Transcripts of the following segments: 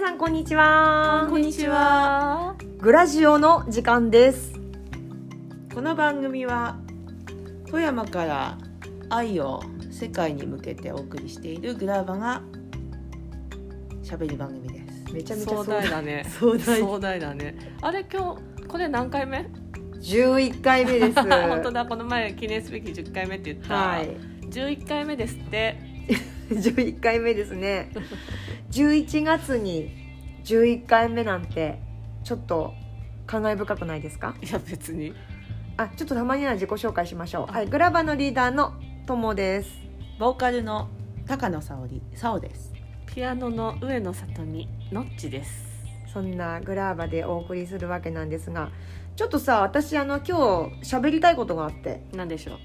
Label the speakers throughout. Speaker 1: さんこんにちは
Speaker 2: こんにちは。
Speaker 1: グラジオの時間です
Speaker 2: この番組は富山から愛を世界に向けてお送りしているグラバが喋る番組です。
Speaker 1: めちゃめちゃ
Speaker 3: 壮
Speaker 1: そう
Speaker 3: 大だね
Speaker 2: 壮大
Speaker 3: 壮大だねあれ今日これ何回目
Speaker 1: 11回 目です
Speaker 3: 本当だこの前記念すべき10回目って言った、
Speaker 1: はい
Speaker 3: 11回目ですって
Speaker 1: 11回目ですね11月に11回目なんてちょっと感慨深くないですか
Speaker 3: いや別に
Speaker 1: あちょっとたまには自己紹介しましょうはいグラバのリーダーのともです
Speaker 2: ボーカルの高野沙織沙織です。
Speaker 3: ピアノの上野さとみのっちです
Speaker 1: そんなグラーバでお送りするわけなんですがちょっとさ私あの今日喋りたいことがあって
Speaker 3: なんでしょう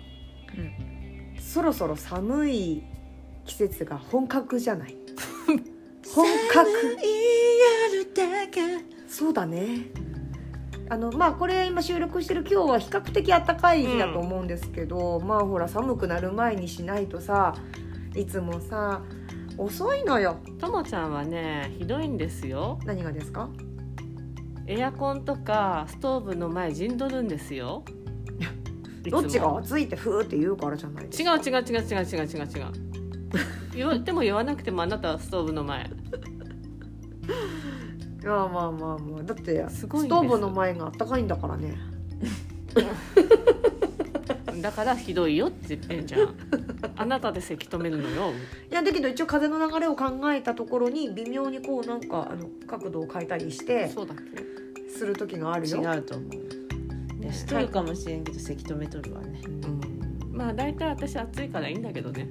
Speaker 1: そろそろ寒い季節が本格じゃない 本格そうだねあのまあこれ今収録してる今日は比較的暖かい日だと思うんですけど、まあほら寒くなる前にしないとさいつもさ遅いのよ
Speaker 3: ともちゃんはねひどいんですよ
Speaker 1: 何がですか
Speaker 3: エアコンとかストーブの前陣取るんです よいつ
Speaker 1: ど
Speaker 3: も
Speaker 1: っちが暑いってふーって言うからじゃないです
Speaker 3: 違う違う違う違う違う違う違う言われても言わなくてもあなたはストーブの前
Speaker 1: まあまあまあまあだって
Speaker 3: すごい
Speaker 1: ス
Speaker 3: んです
Speaker 1: トーブの前が暖かいんだからね
Speaker 3: だからひどいよって言ってんじ ゃんあなたでせき止めるのよ
Speaker 1: いやだけど一応風の流れを考えたところに微妙にこうなんかあの角度を変えたりして
Speaker 3: そうだっけ
Speaker 1: する時がある
Speaker 2: 違
Speaker 1: よ
Speaker 2: うと思う。ね、しとるかもしれんけど、せき止めとるわね。
Speaker 3: まあ大体私暑いからいいんだけどね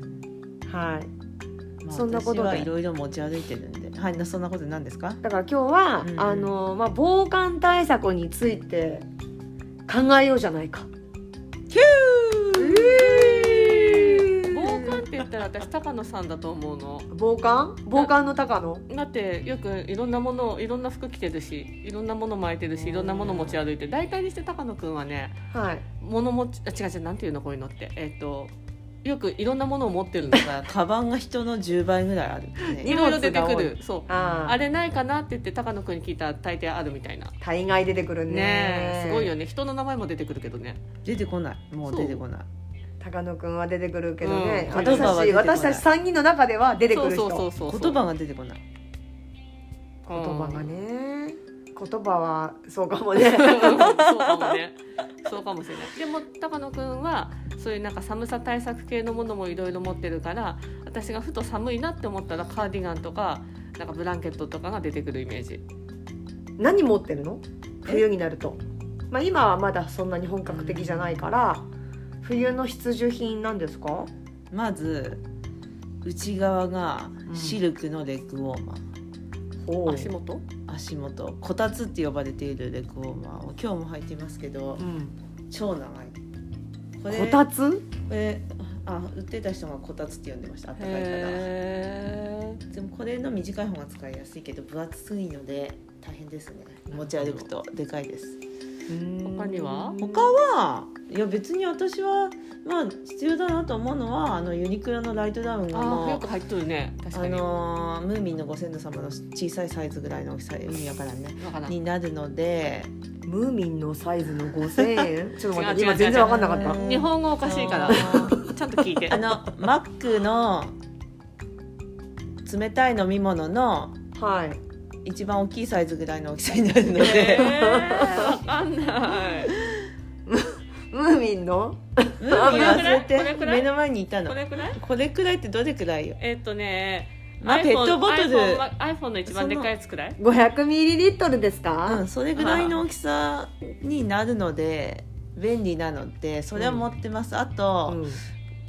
Speaker 1: はい
Speaker 2: まあ
Speaker 1: そんなことで
Speaker 2: 私はいろいろ持ち歩いてるんで。はい、なそんなことなんですか？
Speaker 1: だから今日は、
Speaker 2: うん
Speaker 1: あのまあ、防寒対策について考えようじゃないか。
Speaker 3: 防寒って言ったら私高野さんだと思うの
Speaker 1: 防寒防寒の高野
Speaker 3: だってよくいろんなものをいろんな服着てるしいろんなもの巻いてるしいろんなもの持ち歩いて大体にして高野くんはね
Speaker 1: はい
Speaker 3: 物持ちあ違う違うなんていうのこういうのってえっ、とよくいろんなものを持ってるのが
Speaker 2: まあカバンが人の10倍ぐらいある、
Speaker 1: 荷
Speaker 3: い
Speaker 2: ね。
Speaker 3: ろ
Speaker 1: 物
Speaker 3: い
Speaker 1: が
Speaker 3: ろ
Speaker 1: 多い
Speaker 3: 出てくるそう
Speaker 1: あー
Speaker 3: あれないかなって言って高野くんに聞いたら大抵あるみたいな
Speaker 1: 大概出てくるね
Speaker 3: ねえすごいよね人の名前も出てくるけどね
Speaker 2: 出てこない。もう出てこない。
Speaker 1: 高野くんは出てくるけどね、
Speaker 3: うん
Speaker 1: 私
Speaker 2: 言葉
Speaker 1: た
Speaker 2: は
Speaker 1: ち
Speaker 2: 出てこない
Speaker 1: 私たち3人の中では出てく
Speaker 3: そう
Speaker 1: る人
Speaker 3: そうそうそうそう
Speaker 2: 言葉が出てこない。
Speaker 1: 言葉がね言葉はそうかもね
Speaker 3: そうかもね。そうかもしれない。でも高野くんはそういうなんか寒さ対策系のものもいろいろ持ってるから、私がふと寒いなって思ったらカーディガンとかなんかブランケットとかが出てくるイメージ。
Speaker 1: 何持ってるの冬になると、まあ、今はまだそんなに本格的じゃないから、冬の必需品なんですか
Speaker 2: まず内側が
Speaker 1: うん
Speaker 2: シルクのレッグウォーマー、
Speaker 1: おう
Speaker 3: 足元？
Speaker 2: 足元こたつって呼ばれているレッグウォーマーを今日も履いていますけど
Speaker 1: うん
Speaker 2: 超長いこれ
Speaker 1: こたつ
Speaker 2: これあ売ってた人がこたつって呼んでましたあったかいから
Speaker 3: へえ。
Speaker 2: でもこれの短い方が使いやすいけど分厚いので大変ですね持ち歩くとでかいです
Speaker 3: 他には
Speaker 2: 他はいや別に私はまあ必要だなと思うのはあのユニクロのライトダウンが
Speaker 3: あ
Speaker 2: も
Speaker 3: あ
Speaker 2: う
Speaker 3: よく入っとるね。確
Speaker 2: あ
Speaker 3: かに。わ
Speaker 2: のームーミンのご先祖様の小さいサイズぐらいの大きさ海やからんね
Speaker 3: からん。違
Speaker 2: になるので
Speaker 1: ムーミンのサイズの5000円ちょっと待って
Speaker 3: 違う違う
Speaker 1: 今全然分かんなかっ
Speaker 2: 違う
Speaker 1: た
Speaker 3: 日本語おかしいから
Speaker 2: あの
Speaker 3: ちゃんと聞い て。
Speaker 2: あのマックの冷たい飲み物の
Speaker 1: はい
Speaker 2: 一番大きいサイズぐらいの大きさになるの
Speaker 3: え
Speaker 2: で、
Speaker 3: ーわかんない。
Speaker 1: ムーミンの
Speaker 2: ムーミン忘れ
Speaker 3: これ
Speaker 2: て
Speaker 3: くらい
Speaker 2: 目の前にいたの
Speaker 3: これくらい？
Speaker 2: これくらいってどれくらいよ、
Speaker 3: えっとね。
Speaker 2: まあ、ペットボト
Speaker 3: iPhone,
Speaker 2: ル
Speaker 3: iPhone の一番でかいやつくらい
Speaker 1: 500ml ですか、
Speaker 2: うん、それぐらいの大きさになるので便利なのでそれは持ってます、あと、
Speaker 1: うん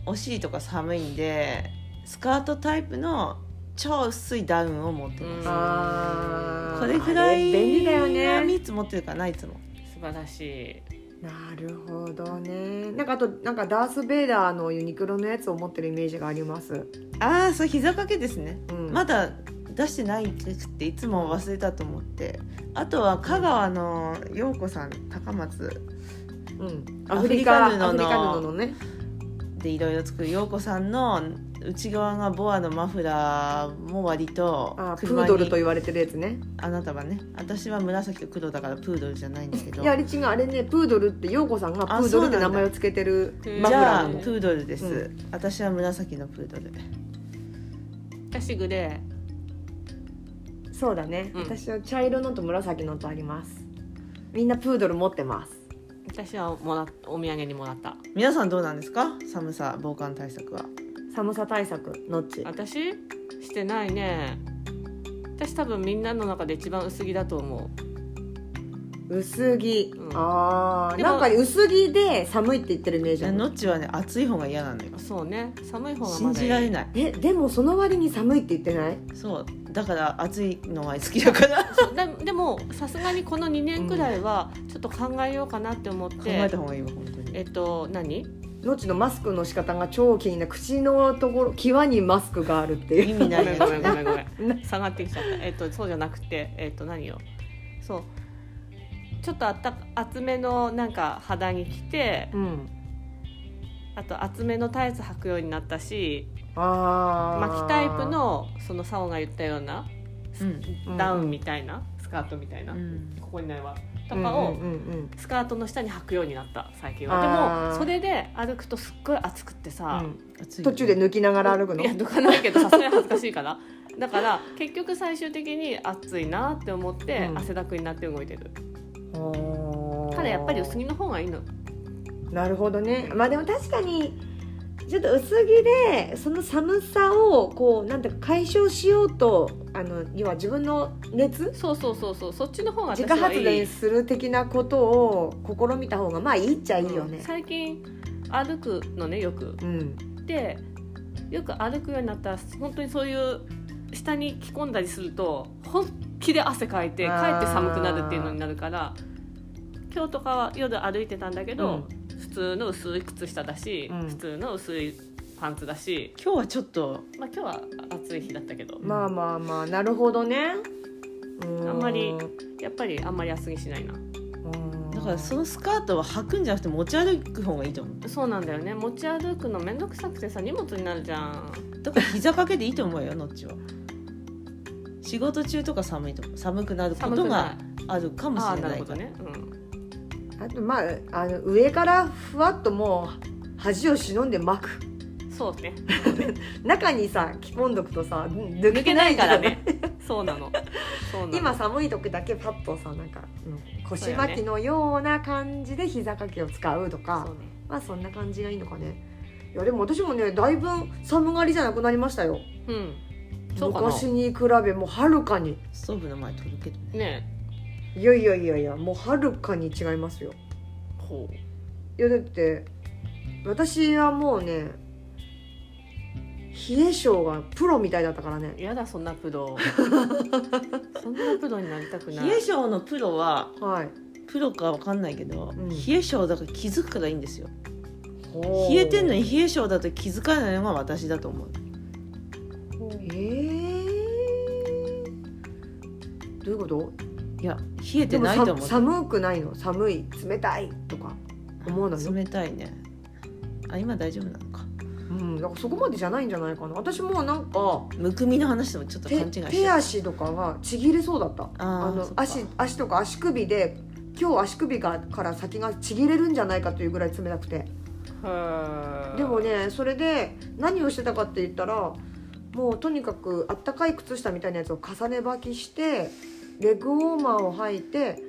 Speaker 2: お尻とか寒いんでスカートタイプの超薄いダウンを持ってます、
Speaker 1: あー
Speaker 2: これくら
Speaker 1: あ
Speaker 2: い
Speaker 1: れ便利だよ
Speaker 2: は
Speaker 1: ね
Speaker 2: 3つ持ってるかないつも
Speaker 3: 素晴らしい
Speaker 1: なるほどねなんかあとなんかダース・ベイダーのユニクロのやつを持ってるイメージがあります、
Speaker 2: ああそう膝掛けですね、
Speaker 1: うん、
Speaker 2: まだ出してないくっていつも忘れたと思ってあとは香川の陽子さん高松
Speaker 1: うん、ア
Speaker 2: ア
Speaker 1: フ
Speaker 2: フ
Speaker 1: リ
Speaker 2: リ
Speaker 1: カ
Speaker 2: カ
Speaker 1: アフリカ布
Speaker 2: 布の
Speaker 1: のね
Speaker 2: でいろいろ作る陽子さんの内側がボアのマフラーも割と
Speaker 1: あプ
Speaker 2: 車
Speaker 1: ー
Speaker 2: に
Speaker 1: ドルと言われてるやつね
Speaker 2: あなたはね私は紫と黒だからプードルじゃないんだけど
Speaker 1: いやあれ違うあれねプードルって陽子さんがプードルって名前をつけてる
Speaker 3: そう
Speaker 1: マ
Speaker 3: なんだ
Speaker 1: フ
Speaker 2: じゃ
Speaker 1: ラーの
Speaker 2: あプードルです、
Speaker 1: う
Speaker 2: 私は紫のプードル
Speaker 3: 私グレ
Speaker 1: そうだね、
Speaker 3: うん
Speaker 1: 私は茶色のと紫のとありますみんなプードル持ってます
Speaker 3: ー私はもらっお土産にもらった
Speaker 2: 皆さんどうなんですか寒さ防寒対策は
Speaker 1: 寒さ対策のっち
Speaker 3: 私してないね私多分みんなの中で一番薄着だと思
Speaker 1: 薄着、
Speaker 3: うん
Speaker 1: ああ
Speaker 3: でも
Speaker 1: なんか薄着で寒いって言ってるイメージある
Speaker 2: ノッチはね暑い方が嫌なのよ
Speaker 3: うそうね寒い方がまだいい
Speaker 2: 信じられない
Speaker 1: えでもその割に寒いって言ってない
Speaker 2: そうだから暑いのが好きだから
Speaker 3: そうででもさすがにこの2年くらいはちょっと考えようかなって思って、
Speaker 2: 考えた方がいいわ本当に
Speaker 3: えっと何
Speaker 1: のっちのマスクの仕方が超気になる口のところ際にマスクがあるってい
Speaker 2: 意
Speaker 1: う
Speaker 2: 味
Speaker 3: ご
Speaker 2: ない
Speaker 3: めん
Speaker 2: や
Speaker 3: ご
Speaker 2: つ
Speaker 3: めんごめんごめん
Speaker 1: な
Speaker 3: 下がってきちゃったえっとそうじゃなくてえっと何よそうちょっとあった厚めのなんか肌着着て
Speaker 1: うん
Speaker 3: あと厚めのタイツ履くようになったし
Speaker 1: あー
Speaker 3: 巻きタイプのそのサオが言ったようなダウンみたいなスカートみたいな、
Speaker 2: うん
Speaker 3: ここにないわと
Speaker 1: うん
Speaker 3: か
Speaker 1: うんうん
Speaker 3: を
Speaker 1: うん
Speaker 3: スカートの下に履くようになった最近
Speaker 1: あ
Speaker 3: は
Speaker 1: ー
Speaker 3: でもそれで歩くとすっごい暑くってさ、
Speaker 1: うん
Speaker 2: 暑い
Speaker 1: 途
Speaker 2: よね
Speaker 1: 中で抜きながら歩くの
Speaker 3: いやどかないけどさすがに恥ずかしいからだから結局最終的に暑いなって思って
Speaker 1: うん
Speaker 3: 汗だくになって動いてる、
Speaker 1: おー
Speaker 3: ただやっぱり薄着の方がいいの
Speaker 1: なるほどねまあでも確かにちょっと薄着でその寒さをこうなんていうか解消しようとあの要は自分の熱
Speaker 3: そうそうそうそうそっちの方が
Speaker 1: 自
Speaker 3: 私
Speaker 1: 家
Speaker 3: は
Speaker 1: 発
Speaker 3: いい
Speaker 1: 電する的なことを試みた方がまあいいっちゃいいよね
Speaker 3: うん最近歩くのねよく
Speaker 1: うん
Speaker 3: でよく歩くようになったら本当にそういう下に着込んだりすると本気で汗かいて
Speaker 1: あ
Speaker 3: か
Speaker 1: ー
Speaker 3: えって寒くなるっていうのになるから今日とかは夜歩いてたんだけど、普通の薄い靴下だし、
Speaker 1: うん
Speaker 3: 普通の薄いパンツだし、
Speaker 2: 今日はちょっと
Speaker 3: まあ、今日は暑い日だったけど
Speaker 1: まあまあまあなるほどねうん
Speaker 3: あんまりやっぱりあんまり厚着しないな
Speaker 1: うん
Speaker 2: だからそのスカートは履くんじゃなくて持ち歩く方がいいと思う
Speaker 3: そうなんだよね持ち歩くの面倒くさくてさ荷物になるじゃん
Speaker 2: だから膝掛けでいいと思うよノッチは仕事中とか寒いと寒くなるこ
Speaker 3: 寒
Speaker 2: と
Speaker 3: く
Speaker 2: が
Speaker 3: ない
Speaker 2: あるかも
Speaker 3: ああ
Speaker 2: し
Speaker 3: ー
Speaker 2: れ
Speaker 3: な
Speaker 2: な
Speaker 3: る
Speaker 2: い
Speaker 3: ほ
Speaker 2: か
Speaker 3: ど
Speaker 2: ら
Speaker 3: ね、うん、
Speaker 1: あとまああの上からふわっともう恥を忍んで巻く
Speaker 3: そうね
Speaker 1: 中にさ着込んどくとさ抜
Speaker 3: 抜けないから ねそうなのそうなの
Speaker 1: 今寒い時だけパッとさなんか、うん、腰巻きのような感じで膝掛けを使うとか
Speaker 3: そうね
Speaker 1: まあそんな感じがいいのかねいやでも私もねだいぶ寒がりじゃなくなりましたよ
Speaker 3: うんそうかな
Speaker 1: 昔に比べもうはるかに
Speaker 2: ストーブの前届ける
Speaker 3: ね
Speaker 1: いやいやいやいやもうはるかに違いますよ
Speaker 3: ほう
Speaker 1: いやだって私はもうね冷え性がプロみたいだったからね
Speaker 3: やだそんな プロそんなプロになりたくない
Speaker 2: 冷え性のプロは
Speaker 1: はい
Speaker 2: プロかわかんないけど、
Speaker 1: うん
Speaker 2: 冷え性だから気づくからいいんですよ
Speaker 1: ほう
Speaker 2: 冷えてんのに冷え性だと気づかないのが私だと思う
Speaker 1: えー、どういうこと
Speaker 2: いや冷えて
Speaker 1: でも
Speaker 2: ない
Speaker 1: さ
Speaker 2: と思う
Speaker 1: 寒くないの寒い冷たいとか思わないの
Speaker 2: 冷たいねあ今大丈夫なのか
Speaker 1: うんなんかそこまでじゃないんじゃないかな私もなんか
Speaker 2: むくみの話ともちょっと勘違
Speaker 1: 手
Speaker 2: いして
Speaker 1: 手足とかがちぎれそうだった
Speaker 2: あ
Speaker 1: あ
Speaker 2: ー
Speaker 1: の
Speaker 2: そっか
Speaker 1: 足足とか足首で今日足首がから先がちぎれるんじゃないかというぐらい冷たくて
Speaker 3: へー
Speaker 1: でもねそれで何をしてたかって言ったらもうとにかくあったかい靴下みたいなやつを重ね履きしてレッグウォーマーを履いて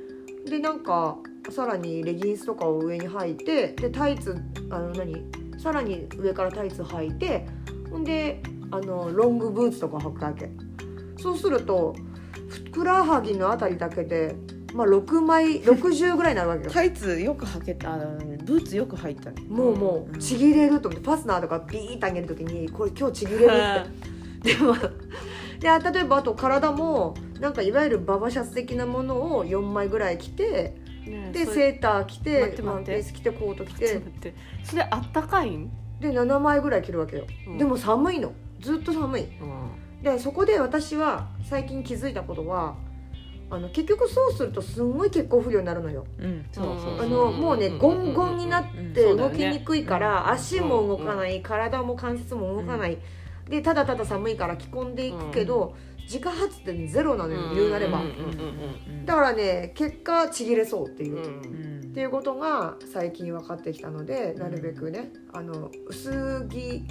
Speaker 1: でなんかさらにレギンスとかを上に履いてでタイツあの何さらに上からタイツ履いてほんであのロングブーツとか履くだけそうするとふくらはぎのあたりだけで、まあ、6枚60ぐらいになるわけよ
Speaker 2: タイツよく履けたあのブーツよく履いたね
Speaker 1: もうもうちぎれると思ってファスナーとかビーッて上げる時にこれ今日ちぎれるってでもであ例えばあと体もなんかいわゆるババシャツ的なものを4枚ぐらい着て
Speaker 3: ね
Speaker 1: で
Speaker 3: それ
Speaker 1: セーター着
Speaker 3: 待ってて
Speaker 1: ワン
Speaker 3: 待っ
Speaker 1: ピ
Speaker 3: て
Speaker 1: ース着てコート着
Speaker 3: ちょ
Speaker 1: て
Speaker 3: っと待ってそれあったかいん、
Speaker 1: で7枚ぐらい着るわけよ
Speaker 3: うん
Speaker 1: でも寒いのずっと寒い
Speaker 3: うん
Speaker 1: でそこで私は最近気づいたことはあの結局そうするとすんごい血行不良になるのよ
Speaker 2: うんそうそう
Speaker 1: あ
Speaker 2: そう
Speaker 1: のもうねゴンゴンになっ
Speaker 2: うん
Speaker 1: て
Speaker 3: そうだ
Speaker 1: 動
Speaker 3: よ
Speaker 1: き
Speaker 3: ね
Speaker 1: にくいから、足も動かない、体も関節も動かない、でただただ寒いから着込んでいくけど、自家発電ゼロなのよ言うなれば、
Speaker 3: うんうん
Speaker 2: うん
Speaker 1: だからね結果ちぎれそうっていうう、
Speaker 3: んう
Speaker 1: っ
Speaker 2: うんん
Speaker 1: ていうことが最近分かってきたのでなるべくねあの薄着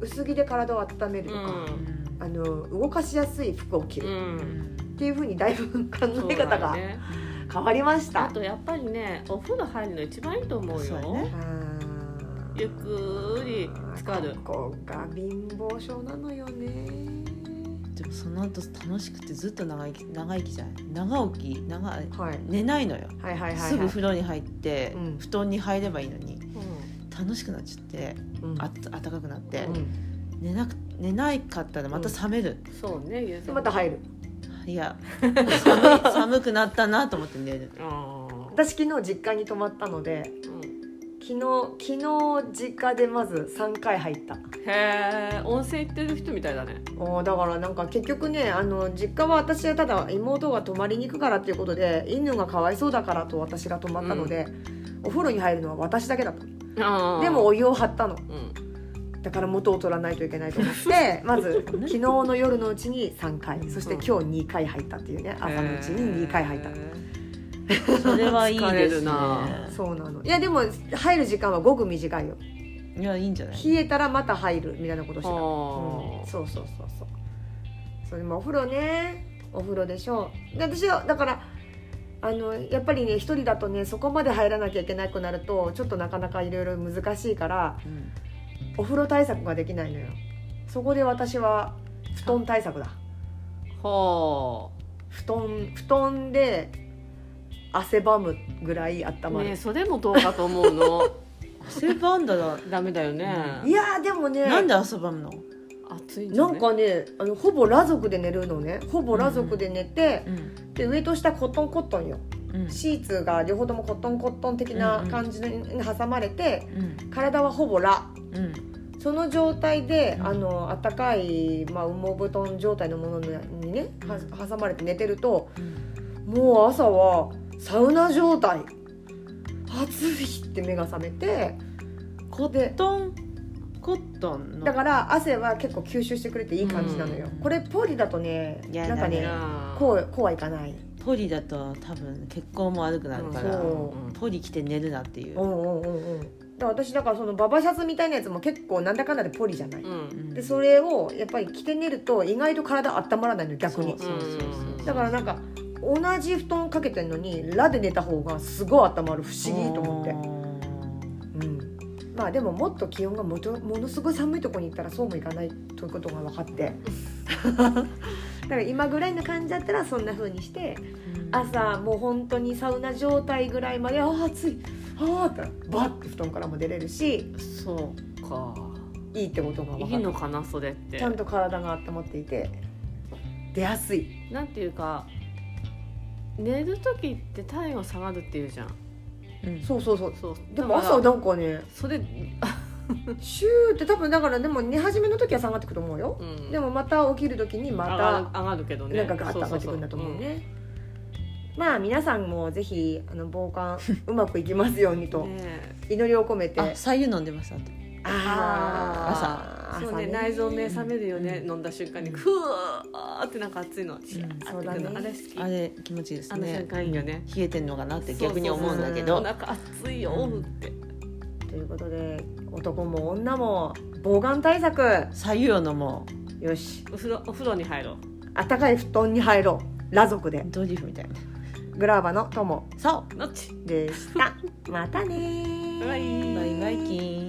Speaker 1: 薄着で体を温めるとか、あの動かしやすい服を着
Speaker 3: う
Speaker 1: る、
Speaker 3: んうん
Speaker 1: っていうふうにだいぶ考
Speaker 3: そう
Speaker 1: え
Speaker 3: だ
Speaker 1: 方
Speaker 3: よ
Speaker 1: が
Speaker 3: ね
Speaker 1: 変わりました。
Speaker 3: あとやっぱりねお風呂入るの一番いいと思う
Speaker 2: そう
Speaker 3: よ
Speaker 2: やね
Speaker 1: あー
Speaker 3: ゆっくり浸かる
Speaker 1: ここが貧乏症なのよね
Speaker 2: でもその後楽しくてずっと長生き長生きじゃない長起き長い
Speaker 1: はい
Speaker 2: 寝ないのよ
Speaker 1: はいはいはいはい
Speaker 2: すぐ風呂に入って、
Speaker 1: うん
Speaker 2: 布団に入ればいいのに楽しくなっちゃって
Speaker 1: うん
Speaker 2: あった暖かくなって、
Speaker 1: うん
Speaker 2: 寝なく寝ないかったらまた冷める、
Speaker 3: そうねゆず
Speaker 1: でまた入る
Speaker 2: いや 寒い寒くなったなと思って寝る
Speaker 3: あー
Speaker 1: 私昨日実家に泊まったので
Speaker 3: うん
Speaker 1: 昨日昨日実家でまず3回入った
Speaker 3: へえ温泉行ってる人みたいだね
Speaker 1: おーだからなんか結局ねあの実家は私はただ妹が泊まりに行くからっていうことで犬がかわいそうだからと私が泊まったので、お風呂に入るのは私だけだとで
Speaker 3: で
Speaker 1: もお湯を張ったの
Speaker 3: うん
Speaker 1: だから元を取らないといけないと思 ってまず昨日の夜のうちに3回そして今日2回入ったっていうね朝のうちに2回入った
Speaker 3: へー
Speaker 2: それはいい
Speaker 3: 疲
Speaker 2: で
Speaker 3: れ
Speaker 2: す
Speaker 3: る
Speaker 2: ね
Speaker 3: な
Speaker 1: そうなのいやでも入る時間は5分短いよ
Speaker 2: いやいいんじゃない
Speaker 1: 冷えたらまた入るみたいなことしてた、
Speaker 3: あ
Speaker 1: うん、そうそうそうそうそれもお風呂ねお風呂でしょうで私はだからあのやっぱりね一人だとねそこまで入らなきゃいけなくなるとちょっとなかなかいろいろ難しいから
Speaker 2: うん
Speaker 1: お風呂対策ができないのよそこで私は布団対策だ
Speaker 3: ーほ
Speaker 1: 布団布団で汗ばむぐらい
Speaker 3: う
Speaker 1: 温まる、
Speaker 3: ねそれもどうかと思うの
Speaker 2: 汗ばんだら
Speaker 3: ダメだよね
Speaker 1: いやーでもね
Speaker 2: なんで汗ばむの、
Speaker 3: 暑いんじゃ
Speaker 1: な
Speaker 3: ない
Speaker 1: んかねあのほぼ裸族で寝るのねほぼ裸族で寝て、
Speaker 2: うん
Speaker 1: で上と下コットンコットンよ
Speaker 2: うん
Speaker 1: シーツが両方ともコットンコットン的な感じに挟まれて
Speaker 2: うん
Speaker 1: 体はほぼ裸
Speaker 2: うん
Speaker 1: その状態で、
Speaker 2: うん
Speaker 1: あの暖かい、まあ、羽毛布団状態のものにねは挟まれて寝てるともう朝はサウナ状態暑いって目が覚めて
Speaker 2: コットンコットンの
Speaker 1: だから汗は結構吸収してくれていい感じなのよ、
Speaker 2: うん
Speaker 1: これポリだとね
Speaker 2: いや
Speaker 1: なんか
Speaker 2: ダメ
Speaker 1: ね
Speaker 2: だ
Speaker 3: あー
Speaker 1: こうこうはいかない
Speaker 2: ポリだと多分血行も悪くなるから、
Speaker 1: そうん
Speaker 2: ポリ着て寝るなっていう
Speaker 1: う、んうんうんうんだから私だからそのババシャツみたいなやつも結構なんだかんだでポリじゃない、
Speaker 3: うん
Speaker 1: でそれをやっぱり着て寝ると意外と体温まらないのよ逆に
Speaker 2: そうそうそうそう
Speaker 1: だからなんか同じ布団かけてんのにラで寝た方がすごい温まる不思議と思って
Speaker 2: て
Speaker 1: うん、まあでももっと気温がもとものすごい寒いところに行ったらそうもいかないということが分かって だから今ぐらいの感じだったらそんな風にして朝もう本当にサウナ状態ぐらいまで「ああ暑い」ああってバッて布団からも出れるし
Speaker 3: そうか
Speaker 1: いいってことが分
Speaker 3: い
Speaker 1: か
Speaker 3: い
Speaker 1: っ
Speaker 3: のかなそれって
Speaker 1: てちゃんと体が温まっていて出やすい
Speaker 3: なんていうか寝る時って体温下がるっていうじゃん
Speaker 1: そうそうそう
Speaker 3: そう
Speaker 1: でも
Speaker 3: だから
Speaker 1: 朝なんかね
Speaker 3: それ、
Speaker 1: シューって多分だからでも寝始めの時は下がってくと思うよ
Speaker 3: うん、
Speaker 1: でもまた起きる時に
Speaker 3: 上がる
Speaker 1: ま
Speaker 3: 上がるけど
Speaker 1: たな
Speaker 3: ね
Speaker 1: んかガッと上がってくるんだと思うねまあ皆さんもぜひあの防寒うまくいきますように
Speaker 3: そう
Speaker 1: と
Speaker 3: そううん ね
Speaker 1: 祈りを込めて
Speaker 2: あ左右飲んでますあと
Speaker 1: あー
Speaker 3: そうね内臓目覚めるよね、飲んだ瞬間にふわーってなんか熱いのシャーってくる
Speaker 1: そうだね
Speaker 3: あれ好き
Speaker 2: あれ気持ちいいです
Speaker 3: あの瞬
Speaker 2: ね
Speaker 3: 間いいよね
Speaker 2: 冷えてんのかなって逆に思うんだけ
Speaker 3: そう
Speaker 2: ど
Speaker 3: そうそうお腹熱いよ
Speaker 2: うん
Speaker 3: って
Speaker 1: ということで男も女も防寒対策
Speaker 2: 左右を飲も
Speaker 1: よし
Speaker 3: お風呂お風呂に入ろう
Speaker 1: 暖かい布団に入ろう裸族で
Speaker 2: うドリフみたいな
Speaker 1: グラーバの友
Speaker 2: そう
Speaker 3: なっち
Speaker 1: でしたまたねー
Speaker 3: バイ
Speaker 2: バイバイキーン